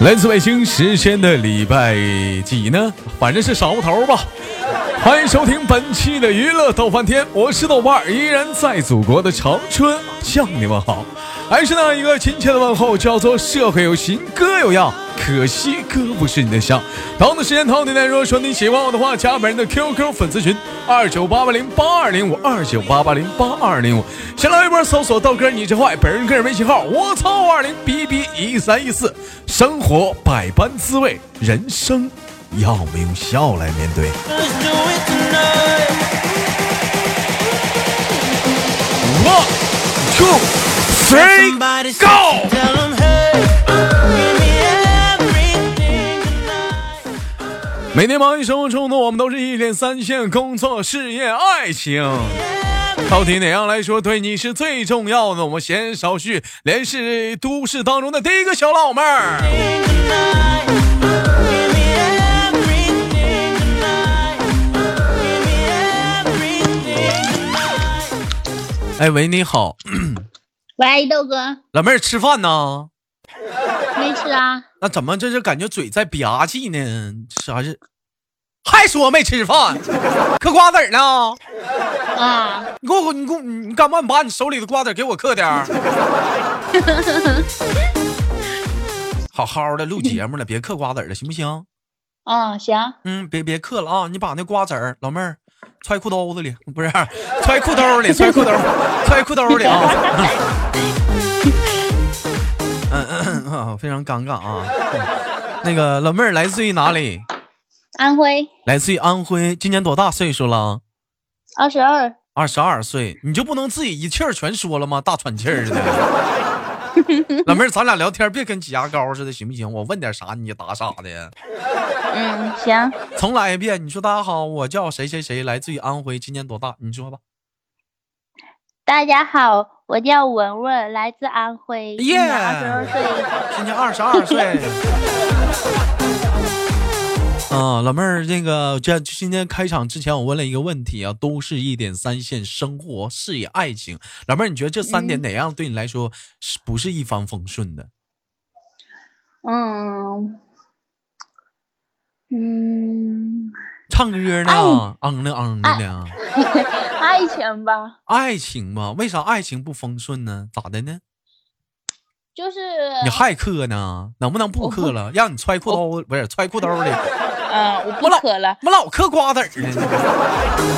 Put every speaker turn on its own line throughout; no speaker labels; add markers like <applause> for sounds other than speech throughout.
来自北京时间的礼拜几呢？反正是晌午头吧。欢迎收听本期的娱乐逗翻天，我是豆瓣儿，依然在祖国的长春向你们好，还是那一个亲切的问候，叫做社会有形，哥有样，可惜哥不是你的像。同样的时间，同样的内容，如果说你喜欢我的话，加本人的 QQ 粉丝群二九八八零八二零五二九八八零八二零五，新浪微博搜索豆哥你真坏，本人个人微信号我操五二零 bb 一三一四，生活百般滋味，人生要我们用笑来面对。
Let's do it tonight.
One, two, three,
Somebody said
go!
Tell 'em, hey, give me everything tonight.
每天忙于生活中呢，我们都是一脸三线，工作、事业、爱情，到底哪样来说对你是最重要的？我们闲言少叙，联系都市当中的第一个小老妹儿。
Give me everything tonight. Give me everything tonight.
哎喂，你好，
喂，豆哥，
老妹儿吃饭呢？
没吃啊？
那怎么这是感觉嘴在吧唧呢？啥是？还说没吃饭？嗑瓜子儿呢？
啊，
你给我，你给我，你干嘛？你把你手里的瓜子给我嗑点儿。好好的录节目了，别嗑瓜子儿了，行不行？
哦，行，
嗯，别别嗑了啊！你把那瓜子儿，老妹儿，揣裤兜子里，不是揣裤兜里，揣裤兜，揣裤兜里啊！嗯嗯嗯啊，非常尴尬啊。那个老妹儿来自于哪里？
安徽
来自于安徽，今年多大岁数了？
二十二，
二十二岁，你就不能自己一气儿全说了吗？大喘气儿似的。 <laughs> 老妹儿，咱俩聊天别跟挤牙膏似的，行不行？我问点啥你就答啥的，
嗯，行，
重来一遍。你说大家好，我叫谁谁谁，来自于安徽，今年多大？你说吧。
大家好，我叫文文，来自安徽，今年二十二岁，
今年二十二岁。 <laughs> 啊，老妹儿，那个这今天开场之前，我问了一个问题啊，都是一点三线，生活、事业、爱情。老妹儿，你觉得这三点哪样对你来说是不是一帆风顺的？
嗯，嗯， <laughs>
唱歌呢，嗯了嗯的呢，
爱情吧，
爱情吧，为啥爱情不丰顺呢？咋的呢？
就是，
你还磕呢？能不能不磕了？让你揣裤兜，不是揣裤兜里，
嗯，我不
我老
渴了，
我老嗑瓜子儿呢。
不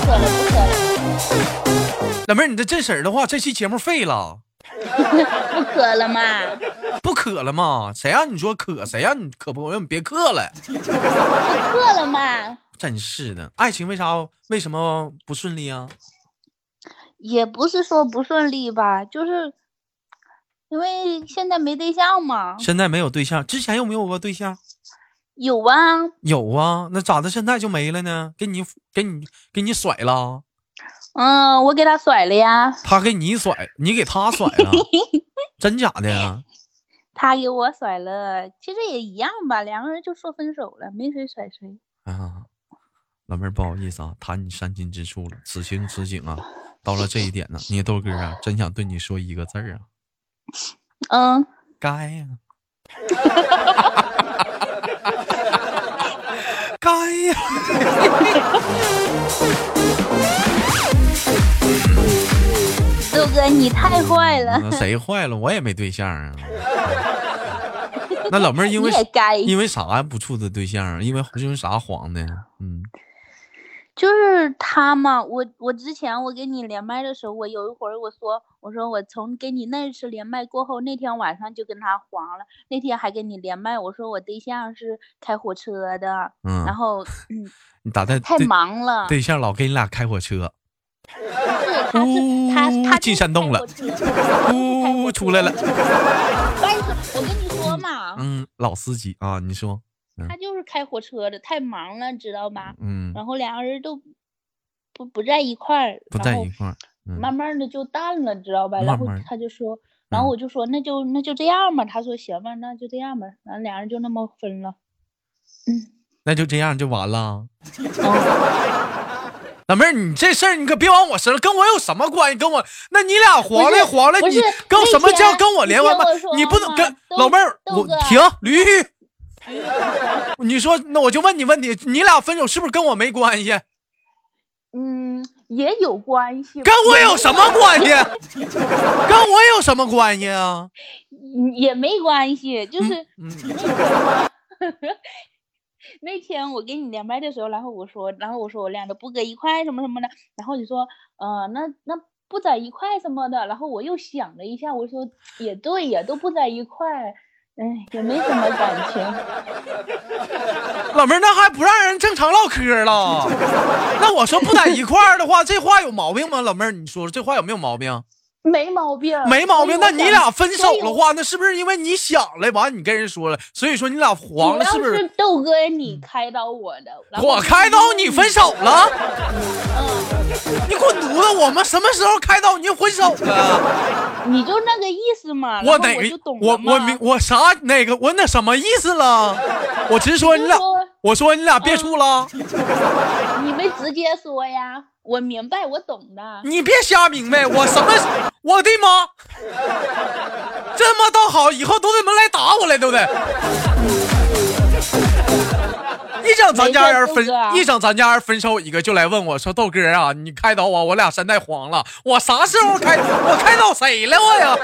渴了，不渴了，
老妹儿，你这这婶儿的话，这期节目废了。
不渴了嘛，
不渴了吗？谁让你说渴？谁让你渴不？我让你别渴了，
渴了嘛，
真是的。爱情为啥为什么不顺利啊？
也不是说不顺利吧，就是因为现在没对象嘛，
现在没有对象，之前有没有过对象？
有啊。
有啊，那咋的？现在就没了呢？给你给你给你甩了，
嗯，我给他甩了呀，
他给你甩，你给他甩了，真假的呀？ <laughs>
他给我甩了，其实也一样吧，两个人就说分手了，没谁甩谁。
啊，老妹儿，不好意思啊，谈你伤心之处了。此情此景啊，到了这一点呢，你豆哥啊，真想对你说一个字儿啊，
嗯，
该呀、该呀、
豆哥你太坏了，
那嗯谁坏了？我也没对象啊。 <laughs> 那老妹儿因
你
为
也该，
因为啥呀不处的对象啊？因为因为啥黄的？嗯，
就是他嘛。我我之前我跟你连麦的时候，我有一会儿我说我说我从跟你那次连麦过后，那天晚上就跟他黄了。那天还跟你连麦，我说我对象是开火车的，
嗯
然后嗯
你咋的？
太
对
忙了，
对象老给你俩开火车，
不是他是他
呜
他
进
就是
山洞
开
了
火车他就是开
呜
火
出来
车
了。
但是我跟你说嘛，
嗯，老司机啊，你说，
他就是开火车的，太忙了，知道吧？
嗯，
然后两个人都不不在一块儿，
不
然
在
后
一块儿，嗯
慢慢的就淡了，知道吧？然后
慢慢
他就说，然后我就说那就那就这样吧，他说行吧，那就这样吧，然后两人就那么分了。
那就这样就完
<laughs>
了。啊
哦
老妹儿，你这事儿你可别往我身上，跟我有什么关系？跟我，那你俩黄
不
了
是
黄了，
不
你
是
跟我
那
什么叫
天
跟我
你
连环
听
吗
我说？
你不能
嘛
跟
豆
老妹儿，
豆
我
哥
停驴， <laughs> 你说，那我就问你问题，你俩分手是不是跟我没关系？
嗯，也有关系
<laughs>
吧，
跟我有什么关系？ <laughs> 跟我有什么关系啊？
嗯也没关系，就是、
嗯，
<laughs> 那天我跟你连麦的时候，然后我说，然后我说我俩都不搁一块什么什么的，然后你说，呃，那那不在一块什么的，然后我又想了一下，我说也对呀，都不在一块，哎，也没什么感情，
老妹儿，那还不让人正常唠嗑了？ <laughs> 那我说不在一块儿的话，这话有毛病吗？老妹儿，你说说这话有没有毛病？
没毛病，
没毛病。那
所以我
你
想
俩分手
所以
的话，那是不是因为你想了，完你跟人说了，所以说你俩黄
主
了，
要
是不是？
是豆哥你开导我的，然后
我开导你分手了，
嗯，
你滚犊子！我们什么时候开导你分手了？
你就那个意思嘛，然
我
后
哪
我就懂
我
了
我
嘛
明我啥哪个我那什么意思了？我直说你俩
就，说
我说你俩别处了，
你们直接说呀，我明白，我懂的。
你别瞎明白。我什
<laughs>
么？我的妈！这么倒好，以后都得能来打我来，对不
<laughs>
对？一整咱家人分
没事豆哥，啊
一整咱家人分手一个就来问我说豆哥啊，你开导我，我俩山寨黄了。我啥时候开？我开导谁了我呀？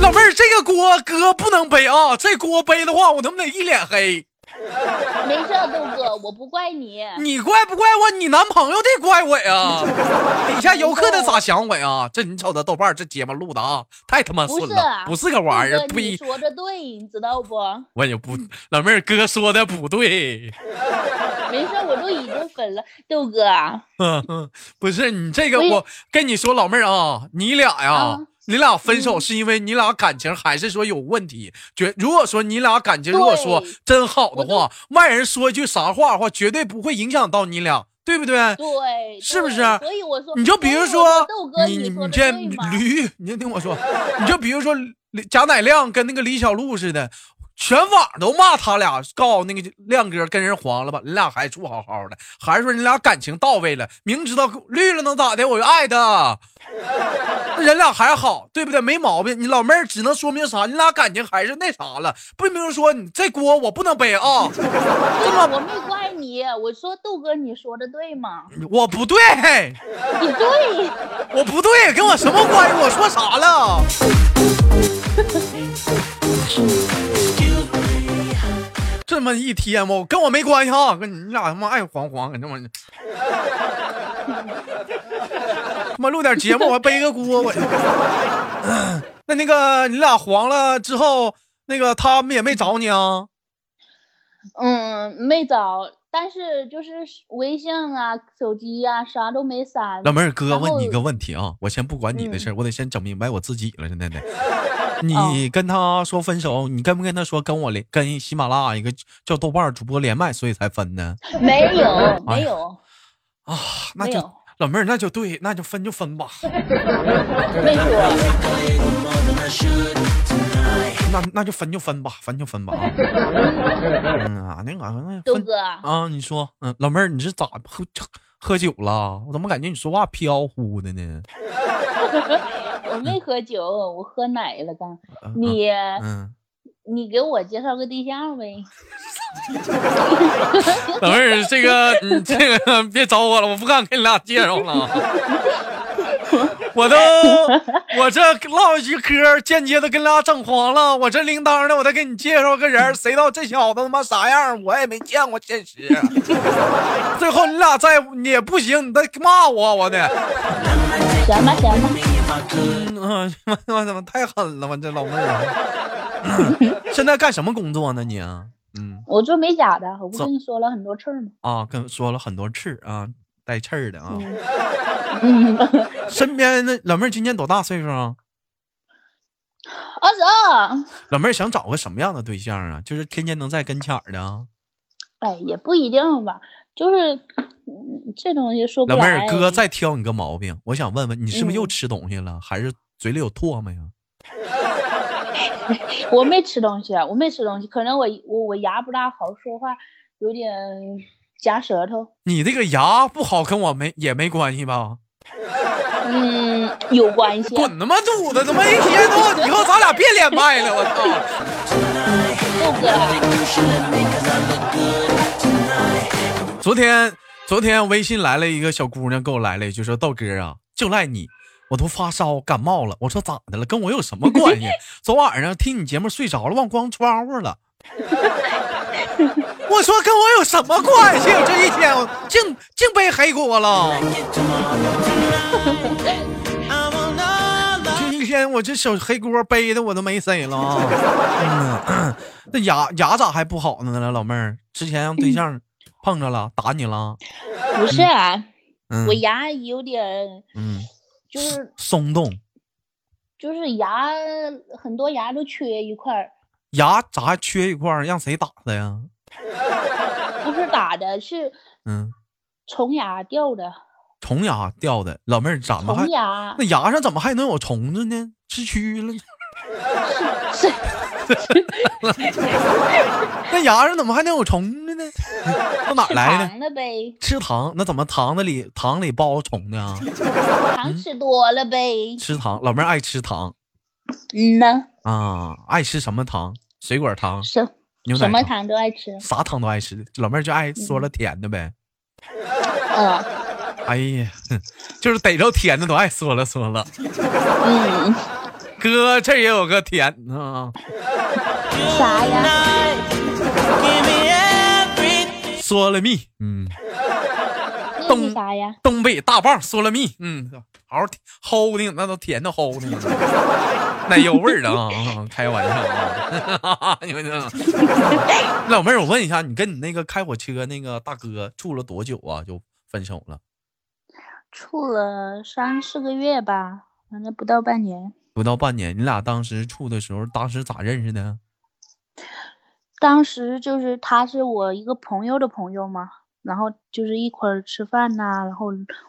老妹儿，这个锅哥不能背啊！这锅背的话，我能不能一脸黑？
没事儿，豆哥，我不怪你。 <laughs>
你怪不怪我？你男朋友得怪我呀！底下游客得咋想我呀？这你瞅这豆瓣儿这节目录的啊，太他妈
不
损
是
了，不是个玩意
豆
儿，
哥
呸！
你说的对，你知道不？
我也
<laughs>
不，老妹儿哥说的不对， <laughs>
没事儿，我都已经粉了，豆哥啊。
嗯嗯，不是你这个，
我也
我跟你说，老妹儿啊，你俩呀，
啊
你俩分手是因为你俩感情还是说有问题？绝如果说你俩感情如果说
对
真好的
我都
话，外人说一句啥话的话，绝对不会影响到你俩，对不对？
对，
是不
对
是
所以我说，
你就比如
所以我
说
豆哥，
你
说
你
的
这
对吗？
驴，你先听我说，你就比如说李贾乃亮跟那个李小璐似的，全网都骂他俩，告诉那个亮哥跟人黄了吧，你俩还处好好的，还是说你俩感情到位了，明知道绿了能咋的，我就爱他， <laughs> 那人俩还好，对不对？没毛病。你老妹儿只能说明啥？你俩感情还是那啥了，不明说你这锅我不能背啊， <laughs>
对我没怪你，我说豆哥，你说的对吗？ <laughs>
我不对。
你对，
我不对，跟我什么关系？我说啥了？这么一天吧，我跟我没关系啊，跟你俩他妈爱黄黄，跟这么，他妈录点节目我还背个锅我。 <coughs> 那那个你俩黄了之后，那个他们也没找你啊？
嗯，没找，但是就是微信啊、手机呀、啥都没删。
老妹儿，哥
然
问你
后嗯
个问题啊，我先不管你的事儿，我得先整明白我自己了，现在
<laughs>
得。你
哦
跟他说分手，你跟不跟他说跟我连跟喜马拉雅一个叫豆瓣儿主播连麦，所以才分呢？
没有，
哎
没有，
啊，那
没
就
有
老妹儿，那就对，那就分就分吧。
没说。
那那就分就分吧，分就分吧啊。嗯啊，那个那
豆
分
哥，
啊，你说，嗯，老妹儿，你是咋喝喝酒了？我怎么感觉你说话飘忽的呢？
我没喝酒，我喝奶了刚。
嗯
你
嗯，
你给我介绍个对象呗？
<laughs> 老妹儿，这个你这个别找我了，我不敢给你俩介绍了。我都我这唠一句嗑，间接的跟俩整黄了。我这铃铛的，我再给你介绍个人，谁知道这小子他妈啥样？我也没见过现实。 <laughs> 最后你俩再你也不行，你再骂我，我得，
行吧，行吧。
嗯，我我怎么太狠了？我这老妹儿啊， <coughs> 现在干什么工作呢你？嗯
我做美甲的，我不
走
跟你说了很多次儿吗？
啊，跟说了很多次啊，带刺儿的啊。
嗯，
身边那老妹儿今年多大岁数啊？
二十二，
老妹儿想找个什么样的对象啊？就是天天能在跟前儿的啊。
哎，也不一定吧，就是嗯这东西说不
老
来。
妹儿，哥再挑你个毛病，我想问问你是不是又
嗯
吃东西了，还是嘴里有唾沫呀？
我没吃东西，我没吃东西，可能我我我牙不大好，说话有点夹舌头。
你这个牙不好跟我没也没关系吧？
嗯，有关系。
滚他妈犊子！他妈一天到晚，以后咱俩别连麦了，我操！
豆哥，
昨天昨天微信来了一个小姑娘，给我来了一句说：“豆哥啊，就赖你，我都发烧感冒了。”我说咋的了？跟我有什么关系？昨晚上听你节目睡着了，忘关窗户了。我说跟我有什么关系？我这一天我净净背黑锅了。这一天我这小黑锅背的我都没谁了啊！嗯 <laughs> 那牙牙咋还不好呢？老妹儿，之前让对象碰着了，打你了？
不是啊，
嗯
我牙有点，
嗯，
就是
松动，
就是牙很多牙都缺一块儿，
牙咋还缺一块儿？让谁打的呀？
不是打的，是
嗯，
虫牙掉的。
虫牙掉的。老妹儿，怎么还
虫牙
那牙上怎么还能有虫子呢？吃蛆了呢？ <laughs>
是
那牙上怎么还能有虫子呢？ <laughs> 到哪儿
吃
来的？
糖了呗，
吃糖？那怎么糖子里糖里包虫子啊？ <laughs>
糖吃多了呗。
吃糖，老妹儿爱吃糖
嗯呐，
啊，爱吃什么糖？水果糖、
什
牛奶
什么糖都爱吃。
啥糖都爱吃。老妹儿就爱说了甜的呗。
嗯
哎呀， <laughs> 哼就是逮着甜的都爱说了说了。 <laughs>
嗯，
哥，这儿也有个甜啊，
啥呀？
说了蜜，嗯，
那
动
是啥呀？
东北大棒说了蜜，嗯，好好齁的，那都甜的齁的， <laughs> 奶油味儿的啊， <laughs> 啊开玩笑啊， <laughs> 你们这老妹儿，我问一下，你跟你那个开火车那个大哥处了多久啊？就分手了？
处了三四个月吧，反正不到半年。
不到半年，你俩当时处的时候，当时咋认识的？
当时就是他是我一个朋友的朋友嘛，然后就是一块儿吃饭呐、然后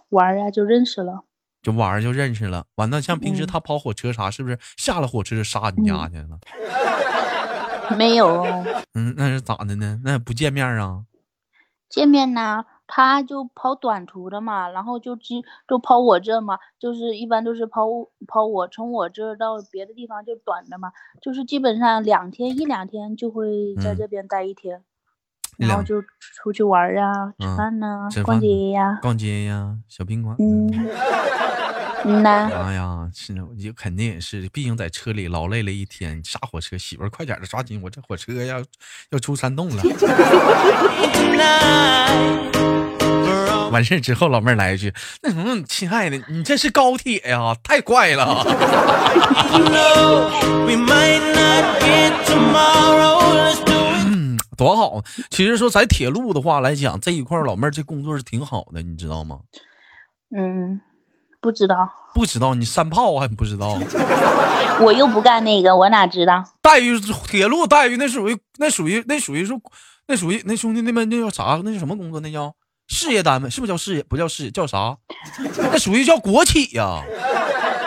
玩儿啊，就认识了。
就玩儿就认识了，完了像平时
嗯
他跑火车啥，是不是下了火车就杀你家去了？
没有
嗯，那是咋的呢？那也不见面啊？
见面呐，他就跑短途的嘛，然后就只就跑我这嘛，就是一般都是跑我跑我从我这儿到别的地方就短的嘛，就是基本上两天一两天就会在
嗯
这边待一天，然后
两
就出去玩儿啊，吃
嗯
饭呐、
吃
逛
饭
街呀、
逛街呀，小宾馆。
嗯，嗯呐，
哎呀，是呢，我就肯定也是，毕竟在车里劳累了一天，下火车，媳妇儿快点儿的，抓紧，我这火车要要出山洞了。完事儿之后，老妹儿来一句：“那什么，亲爱的，你这是高铁呀，太快了。嗯”多好！其实说在铁路的话来讲，这一块儿老妹儿这工作是挺好的，你知道吗？
嗯，不知道，
不知道你山炮还不知道，啊
我又不干那个，我哪知道？
待遇铁路待遇那属于那属于那属于是那属于那兄弟那边那叫啥？那叫什么工作？那叫事业单位是不是叫事业？不叫事业，叫啥？ <laughs> 那属于叫国企呀、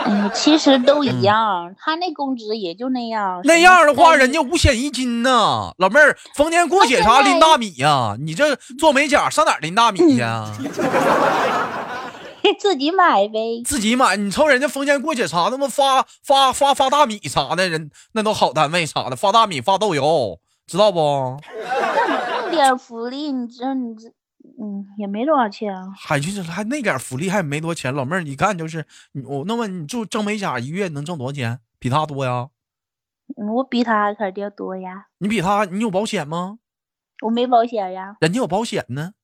嗯，其实都一样，他那工资也就那样。
那
谁
样的话，
在意
人家五险一金呐、老妹儿，逢年过节啥拎大米呀、你这做美甲上哪儿拎大米去、啊？
<laughs> 自己买呗。
自己买，你瞅人家逢年过节啥，他妈发发发发大米啥的，人那都好单位啥的，发大米发豆油，知道不？
那点福利，你知道你这，嗯，也没多少钱啊。
还就是还那点儿福利还没多钱，老妹儿，你看就是你我那么你就挣美甲一月能挣多少钱？比他多呀？
嗯我比他肯定多呀，
你比他你有保险吗？
我没保险呀，
人家有保险呢。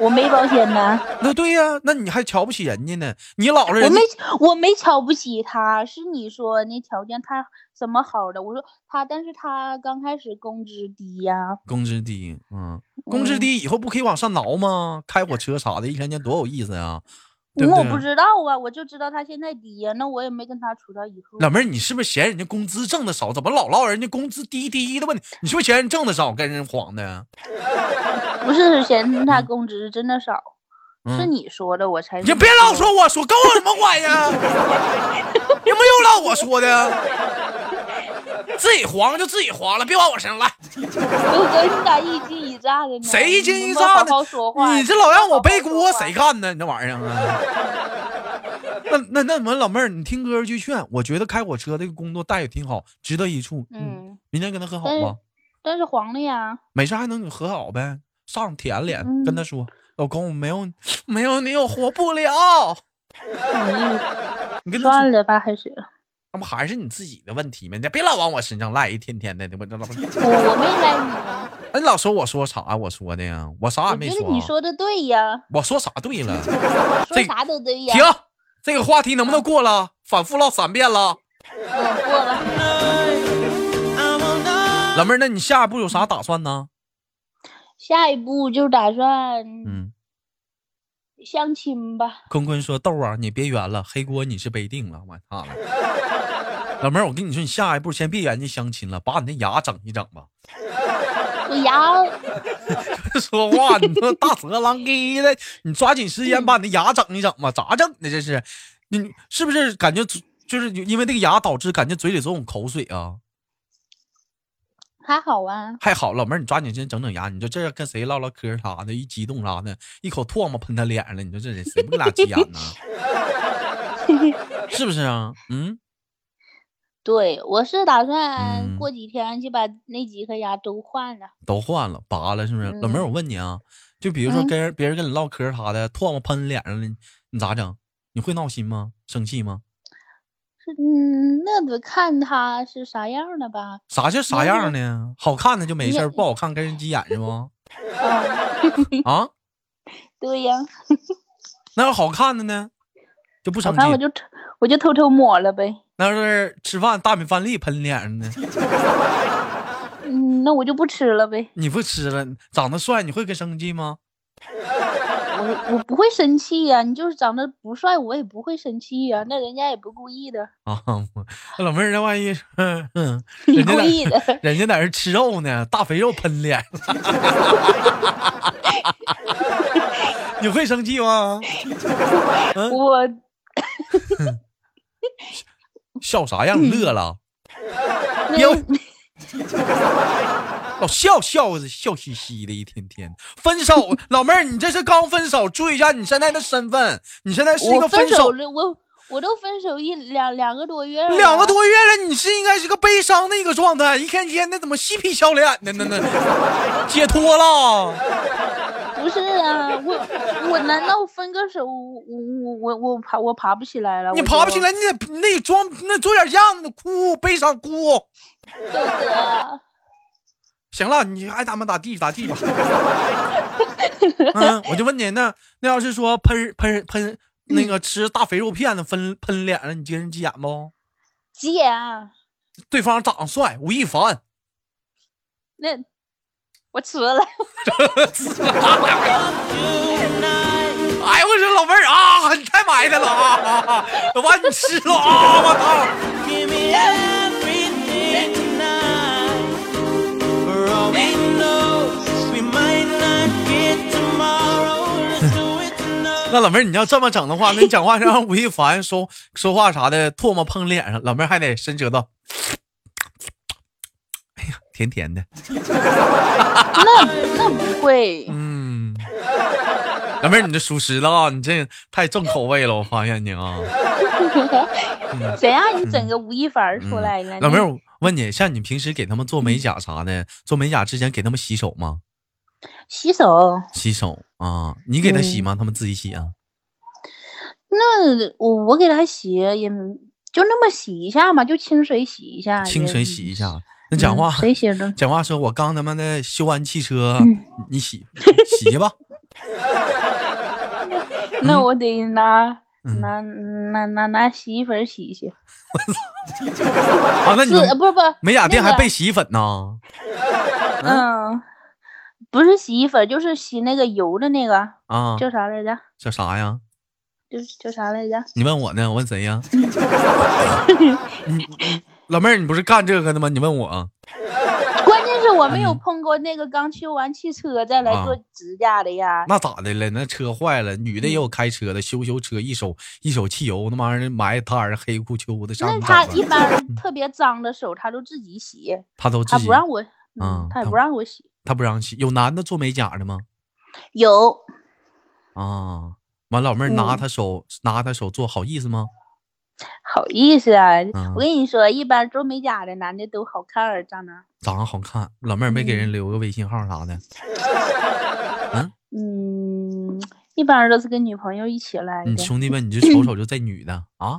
我没保险呢，
那对呀、那你还瞧不起人家呢？你老了
我
人
没
家
我没瞧不起他，是你说那条件他怎么好的？我说他，但是他刚开始工资低呀，
工资低，嗯，工资低以后不可以往上挠吗？开火车啥的，一天天多有意思啊！对
嗯
不
我
对
不知道啊，我就知道他现在低呀，那我也没跟他处到以后。
老妹儿，你是不是嫌人家工资挣的少？怎么老唠人家工资低低的问题？你是不是嫌人挣的少跟人晃的？
不是嫌他工资真的少，
嗯
是你说的，我才
你别老说我说，跟我有什么关系
<laughs>
啊？你没有老我说的，自己黄就自己黄了，别往我身上赖。
我跟你咋一惊一乍的呢？
谁一惊
你
一
能不能
乍的
好好说话，
你这老让我背
好好
锅，
说话
谁干呢？你这玩意儿啊！
<laughs>
那那那我们老妹儿，你听哥儿一句劝，我觉得开火车这个工作待遇挺好，值得一处。嗯，
嗯，
明天跟他和好
但是
吧，
但是黄的呀，
没事还能和好呗。上舔脸、跟他
嗯
说，老公，我没有你没有你我活不了。
嗯
你跟他说
算，了吧，还是
那不还是你自己的问题吗？你别老往我身上赖，一天天的，我这老不，
我我没赖你啊，
哎，你老说我说啥？我说的呀，我啥也
我
没
觉
说
得
啊。
你说的对呀，
我说啥对了？
说
这
啥都对呀
停。，这个话题能不能过了？反复唠三遍了。
嗯，过了。
老妹儿，那你下一步有啥打算呢？
下一步就打算
嗯，
相亲吧。
坤坤说豆儿啊，你别圆了，黑锅你是背定了，我操了。 <laughs> 老妹儿，我跟你说，你下一步先别研究相亲了，把你那牙整一整吧。
我
<laughs>
牙
说话，你说大舌狼给的，你抓紧时间把你的牙整一整吧，咋整的这是？你是不是感觉嘴就是因为这个牙导致感觉嘴里总有口水啊？
还好啊，
还好，老妹儿，你抓紧时间整整牙。你说这要跟谁唠唠嗑啥的，一激动啥的，一口唾沫喷他脸上了。你说这人谁不跟俩急眼呢？ <laughs> 是不是啊？嗯，
对我是打算
嗯
过几天就把那几颗牙都换了。
都换了，拔了，是不是？老妹儿，我问你啊，就比如说
嗯
跟人、别人跟你唠嗑啥的，唾沫喷脸上了，你咋整？你会闹心吗？生气吗？
是嗯，那得看它是啥样儿的吧。
啥叫啥
那
样呢？好看的就没事儿，
那
不好看跟人急眼是吗？
啊，
啊，
对呀，
那要好看的呢，就不生
好
气
看。我就偷我就偷偷抹了呗。
那要是吃饭大米饭粒喷脸上呢，
嗯，那我就不吃了呗。
你不吃了，长得帅，你会跟生气吗？
我我不会生气呀、你就是长得不帅，我也不会生气呀、那人家也不故意的， <laughs>
啊，我老妹儿，那万一，嗯嗯，
你
人家
故意
<laughs> 在
的。
人家在这吃肉呢，大肥肉喷脸， <laughs> 你会生气吗？
我
<laughs> 笑啥样？
嗯
乐了，别老笑笑笑嘻嘻的，一天天分手，老妹儿，你这是刚分手，注意一下你现在的身份，你现在是一
我
个
分
分
手
手
了，我我都分手一两两个多月了，
两个多月了，你是应该是个悲伤的一个状态，一天天的怎么嬉皮笑脸的呢？那解脱了，
不是啊，我我难道分个手，我我我我爬我爬不起来了？
你
哎我
爬不
就
起，来，你得你得装，那做点样子，哭悲伤哭。
豆哥，
行了，你爱咋么咋地咋地吧。嗯，我就问你，那那要是说喷喷喷那个吃大肥肉片子分喷脸上，你接人急眼不？
急眼啊，
对方长得帅，吴亦凡，
那我吃了， <laughs>
哎呦我说老妹儿啊，你太埋汰了啊！完你吃了啊！我操， <laughs> 那老妹儿你要这么整的话，那你讲话让吴亦凡说说话啥的唾沫碰脸上，老妹儿还得伸舌头，哎呀，甜甜的。
那那不会，
嗯，老妹儿，你这属实了啊！你这太重口味了，我发现你啊。
谁让你整个吴亦凡儿出
嗯
来了？
老妹
你
儿，我问你，像你平时给他们做
嗯
美甲啥的，做美甲之前给他们洗手吗？
洗手，
洗手啊，你给他
嗯
洗吗？他们自己洗啊？
那我我给他洗也就那么洗一下嘛，就清水洗一下，
清水
也
洗一，下。那讲话
嗯，谁洗
<laughs>
的？
讲话说，我刚他妈的修完汽车，
嗯
你洗洗去吧。
那我得拿、
嗯
拿拿拿拿洗衣粉洗一洗，
啊，那你
是
们
呃不是不是
美甲店
那
还
个
备洗衣粉呢？
嗯，不是洗衣粉，就是洗那个油的那个
啊，
叫啥来着？
叫啥呀？
就是叫啥来着？
你问我呢？我问谁呀？ <laughs> 你你老妹儿，你不是干这个的吗？你问我啊？
关键是我没有
嗯
碰过那个刚修完汽车再来
啊
做指甲的呀。
那咋的了？那车坏了，女的也有
嗯
开车的，修修车，一手一手汽油，那玩意儿埋汰儿黑不秋的，上
那
你啊
他
整
一
吧
般
<laughs>
人特别脏的手，他都自己洗，
他都
他
自己
不，让我，
啊
嗯，他也
他
不让我洗。
他不让洗。有男的做美甲的吗？
有，
啊，完老妹儿拿
嗯
他手、拿他手做，好意思吗？
好意思啊！
嗯
我跟你说，一般做美甲的男的都好看儿，长得，
长得好看，老妹儿没给人留个微信号啥的，
嗯，一般都是跟女朋友一起来的
你。兄弟们，你就瞅瞅就这女的啊，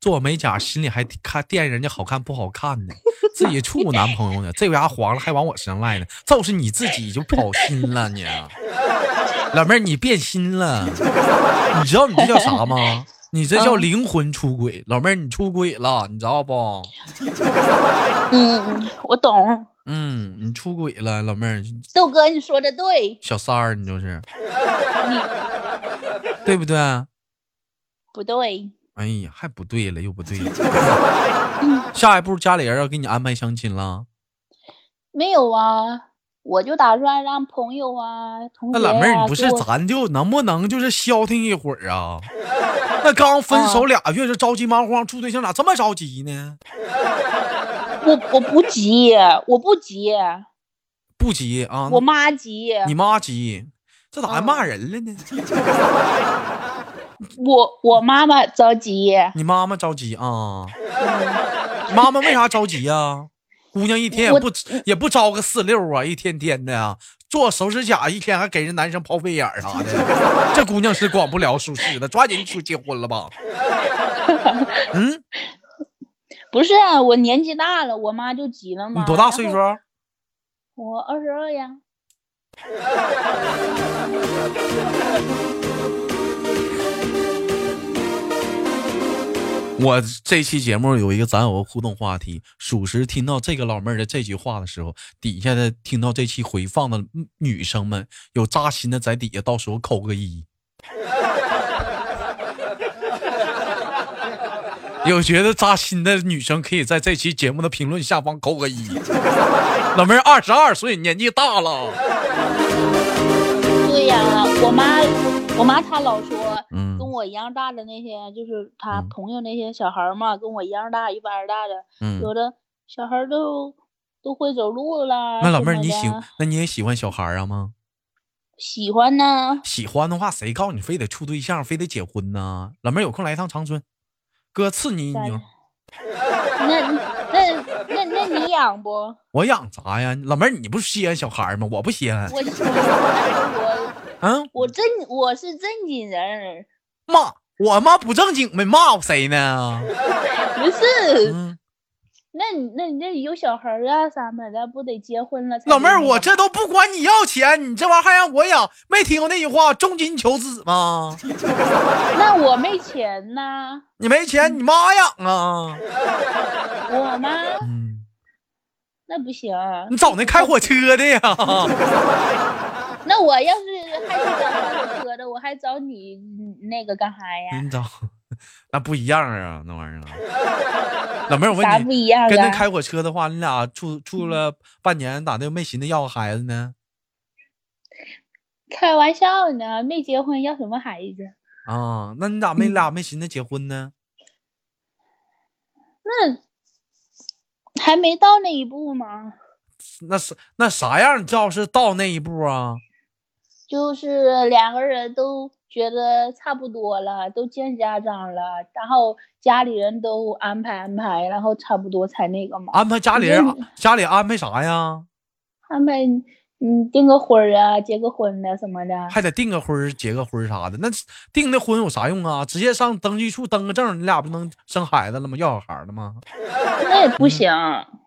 做美甲心里还看惦人家好看不好看呢，自己处过男朋友呢，这家黄了还往我身上赖呢，就是你自己就跑心了你，老妹儿你变心了，你知道你这叫啥吗？你这叫
嗯
灵魂出轨，老妹儿你出轨了，你知道不？
嗯，嗯我懂，
嗯，你出轨了，老妹儿，
豆哥，你说的对，
小三儿你就是，对不对？
不对？
哎呀，还不对了，又不对了。
嗯
<laughs> 下一步家里人要给你安排相亲了，
没有啊，我就打算让朋友啊、同
那
学
老妹儿，
啊
你不是
给我
咱就能不能就是消停一会儿啊？那刚分
啊
手俩月，这着急忙慌处对象，咋这么着急呢？
我我不急，我不急，
不急啊，
我妈急，
嗯你妈急，这咋还
嗯
骂人了呢？
我我妈妈着急，
你妈妈着急啊？ <laughs> 妈妈为啥着急呀、姑娘一天也
我
不也不招个四六啊，一天天的啊，做手指甲一天还给人男生抛媚眼儿啥的， <laughs> 这姑娘是管不了舒适的，抓紧去结婚了吧？嗯，
不是啊我年纪大了，我妈就急了嘛。
你多大
然
岁
后
数？？啊
我二十二呀。
我这期节目有一个咱有个互动话题，属实听到这个老妹儿的这句话的时候，底下的听到这期回放的女生们有扎心的，在底下到时候扣个一。有觉得扎心的女生，可以在这期节目的评论下方扣个一。老妹儿二十二岁，年纪大了，
对呀、我妈，我妈她老说，
嗯
跟我一样大的那些，就是她
嗯
朋友那些小孩儿嘛，跟我一样大，一般儿大的，
嗯。
有的小孩儿都都会走路啦。
那老妹儿，
什么
你
的
喜那你也喜欢小孩儿啊吗？
喜欢呢？
喜欢的话，谁告诉你非得处对象，非得结婚呢？老妹儿有空来一趟长春，哥赐你一
咱
牛，
那那那那你养不？
我养啥呀？老妹儿你不是稀罕小孩吗？我不稀罕，
我我
嗯，
我正我是正经人，
骂我妈不正经没骂谁呢？
不是？
嗯，
那你那你那有小孩儿啊啥么的，不得结婚了才能养？
老妹儿，我这都不管你要钱，你这玩意儿还让我养，没听过那句话“重金求子”吗？
那我没钱呐，
你没钱，你妈养啊？
我妈
嗯，
那不行。啊
你找那开火车的呀？ <laughs>
那我要是还去找开火车的，我还找你嗯那个干啥呀？
你找， <laughs> 那不一样啊，那玩意儿啊。老妹儿，我 <laughs> 问
啥
你
不，一样
跟那
啊？
开火车的话，你俩处处了半年，咋的没寻思要个孩子呢？
开玩笑呢，没结婚要什么孩子？
啊，那你咋没俩没寻思结婚呢？
那还没到那一步吗？
那是那啥样叫是到那一步啊？
就是两个人都觉得差不多了，都见家长了，然后家里人都安排安排，然后差不多才那个嘛，
安排家里人，啊家里安排啥呀？
安排嗯订个婚儿啊，结个婚的什么的。
还得订个婚儿、结个婚儿啥的。那订的婚有啥用啊？直接上登记处登个证，你俩不能生孩子了吗？要小孩了吗？
那也不行，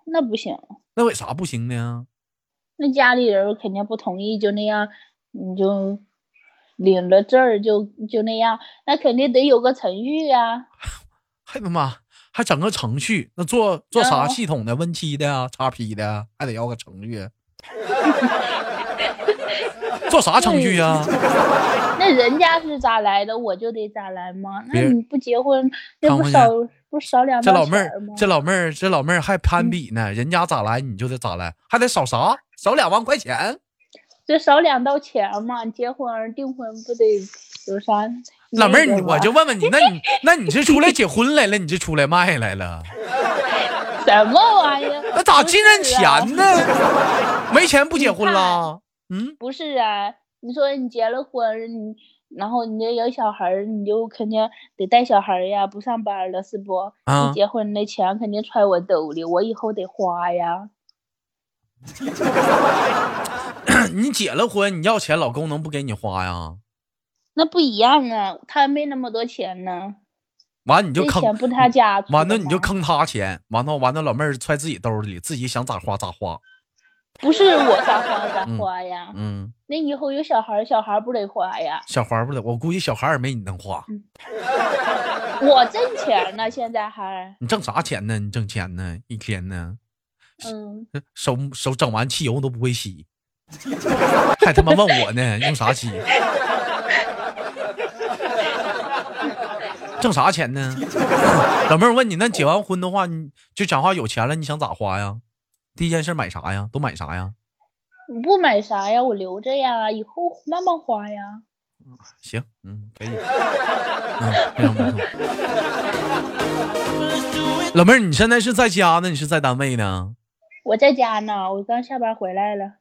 那不行，
那为啥不行呢？
那家里人肯定不同意，就那样，你就领了证儿就就那样，那肯定得有个程序啊。
还他妈还整个程序？那做做啥
嗯
系统的？Win 七的啊叉 P 的啊，还得要个程序。做啥程序呀、
那人家是咋来的，我就得咋来吗？那
别人
你不结婚，那
看我
不
一
少
眼
不少两
这
道
老妹
色
儿，
吗
这老妹儿，这老妹儿还攀比呢，人家咋来你就得咋来，还得少啥？少两万块钱。
这少两道钱嘛，你结婚儿订婚不得有啥？
老妹儿，
那
你我
个吗
就问问你，那你那你是出来结婚来了，你是出来卖来了？
什么玩意儿？
那咋
不
净认
是啊
钱呢？没钱不结婚啦？嗯，
不是啊，你说你结了婚，你然后你这有小孩儿，你就肯定得带小孩儿呀，不上班了是不？
啊
你结婚那钱肯定揣我兜里，我以后得花呀。
啊你结了婚，你要钱，老公能不给你花呀？
那不一样啊，他没那么多钱呢，
完你就
这
坑，
钱不他家出的
完了你就
吗
坑他钱，完了完了老妹儿揣自己兜里，自己想咋花咋花。
不是我想花咋
嗯
花呀？
嗯，
那以后有小孩儿，小孩儿不得花呀？
小花不得，我估计小孩儿也没你能花。
我挣钱呢，现在还，
你挣啥钱呢？你挣钱呢？一天呢？ <laughs>
嗯，
手手整完汽油都不会吸， <laughs> 还他妈问我呢，用啥吸？挣啥钱呢？ <laughs> 老妹儿问你，那结完婚的话，你就讲话有钱了，你想咋花呀？第一件事买啥呀？都买啥呀？
你不买啥呀？我留着呀，以后慢慢花呀。
行，嗯，可以，嗯，非常不错。老妹儿，你现在是在家呢？你是在单位呢？
我在家呢，我刚下班回来了。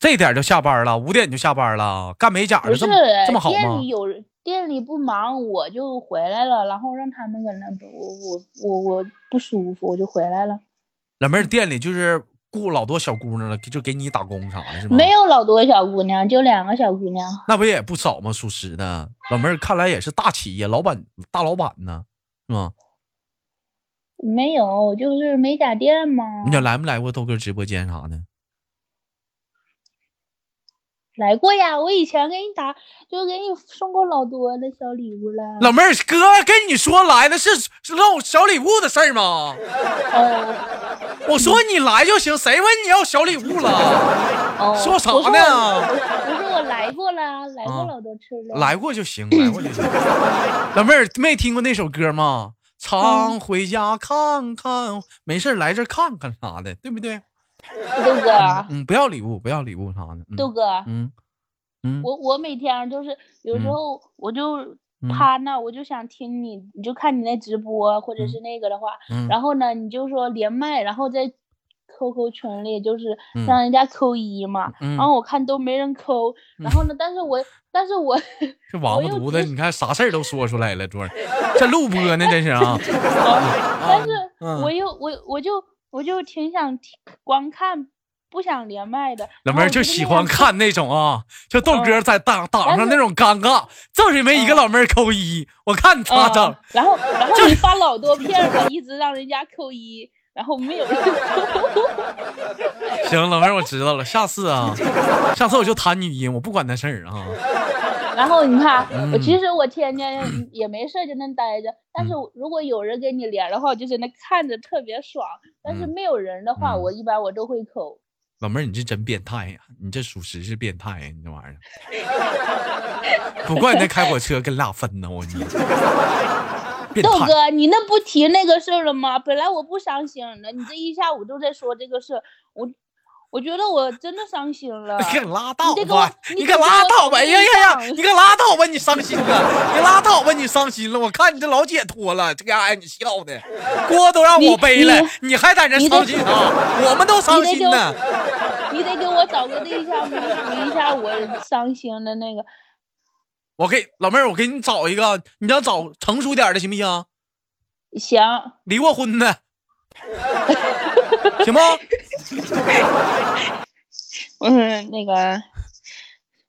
这点儿就下班了，五点就下班了，干美甲
不
的
是
这么这么好
店
吗
里？有人店里不忙，我就回来了，然后让他们搁那儿，我我我我不舒服，我就回来了。
老妹儿店里就是雇老多小姑娘了，就给你打工啥的，是吗？
没，有老多小姑娘，就两个小姑娘。
那不也不少吗？属实的，老妹儿看来也是大企业老板，大老板呢，是吗？
没有，就是美甲店嘛
你。俩来没来过豆哥直播间啥的？
来过呀，我以前给你打，就给你送过老多的小礼物了。
老妹儿，哥跟你说来的是是弄小礼物的事儿吗？
哦
<laughs> 我说你来就行，谁问你要小礼物了？ <laughs>
哦，
说啥
不是我
呢
不是我来过了，来过
啊
老多次了。
来过就行，来过就行。老妹儿没听过那首歌吗？常回家看看，没事儿来这儿看看啥的，对不对？
豆哥，
嗯，不要礼物，不要礼物啥的。嗯
豆哥，
嗯嗯，
我我每天就是有时
嗯
候我就
嗯
趴那，我就想听你，你就看你那直播或者
嗯
是那个的话，
嗯
然后呢，你就说连麦，然后在 QQ 群里就是
嗯
让人家扣一嘛，
嗯
然后哦我看都没人扣，然后呢，但是我但
<laughs>
是我
这王八
我又
犊子，
只
你看啥事儿都说出来了，昨儿这录播呢，真
<laughs>
是
哦
啊。
但是
嗯
我又我我就我就挺想听光看，不想连麦的，
老
然
妹
后
儿
我
就
那
喜
样
欢
扣
看那种啊，就
哦
豆哥在档档上那种尴尬，就是因为一个老妹儿扣一，我看你咋
啊，
整。
然后然后你发老多片儿，我一直让人家扣一，然后没有人扣。
<laughs> 行，老妹儿，我知道了，下次啊，下次我就弹语音，我不管那事儿啊。
然后你看，我其
嗯
实我天天也没事儿就那待着，但是如果有人跟你连的话，我就在那看着特别爽。但是
嗯
没有人的话，
嗯
我一般我都会扣。
老妹儿，你这真变态呀、你这属实是变态呀、你这玩意儿，不怪你那开火车跟俩分呢，我你变
豆
态。。
哥，你那不提那个事儿了吗？本来我不伤心的，你这一下午都在说这个事儿，我我觉得我真的伤心
<laughs>
了
你可拉倒
你这个
吧！
我
你
你
可
这个
拉
我
倒吧！哎
同意
呀呀呀！
上
你可拉倒吧！你伤心了，你拉倒吧！你伤心了。我看你这老解脱了，这个哎，你笑的锅都让
你
我背了，
你
你还在这
你得
伤心啥？我们都伤
你得
心
给我
呢。
你得给我找个对象弥补一下我伤心的那个。
我给老妹儿，我给你找一个，你要找成熟点儿的行不行？
行，
离过婚的， <laughs> 行吗？
嗯，那个，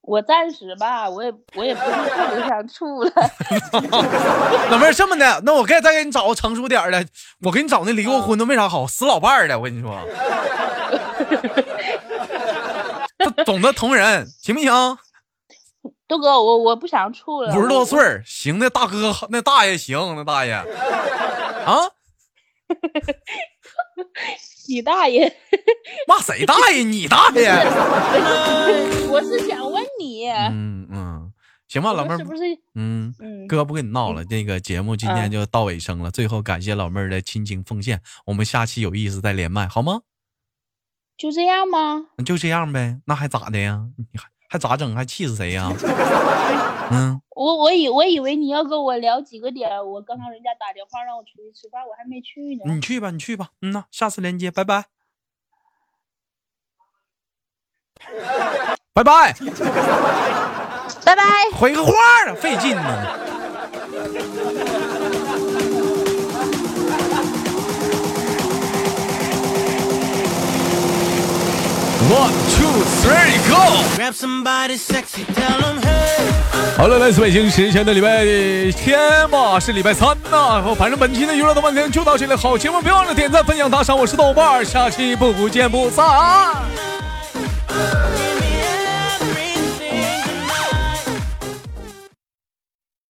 我暂时吧，我也我也不是特别想处了。
老妹儿这么的，那我该再给你找个成熟点儿的，我给你找那离过婚的没啥好，死老伴儿的，我跟你说，他懂得疼人，行不行？
豆哥，我我不想处了。
五十
我
多岁，儿，行，那大哥那大爷行，那大爷啊，
你大爷！
骂谁大爷？你大爷？
<laughs> 我是想问你，
嗯嗯，行吧，
我
老妹
们
儿
是，不是？
嗯。
嗯，
哥不跟你闹了，那个节目今天
嗯
就到尾声了。最后感谢老妹儿的亲情奉献，我们下期有意思再连麦，好吗？
就这样吗？
就这样呗，那还咋的呀？你还还咋整？还气死谁呀？ <laughs> 嗯，
我我以我以为你要跟我聊几个点，我刚刚人家打电话让我出去吃饭，我还没去呢。
你去吧，你去吧。嗯呐，下次连接，拜 <laughs> 拜，拜拜。
拜拜。
回个话啊，费劲呢。
One two three go！
Grab somebody sexy, tell them hey.
好了，来自北京时间的礼拜天吧，是礼拜三呐。然后反正本期的娱乐豆瓣天就到这里，好节目别忘了点赞、分享、打赏。我是豆瓣儿，下期不见不散。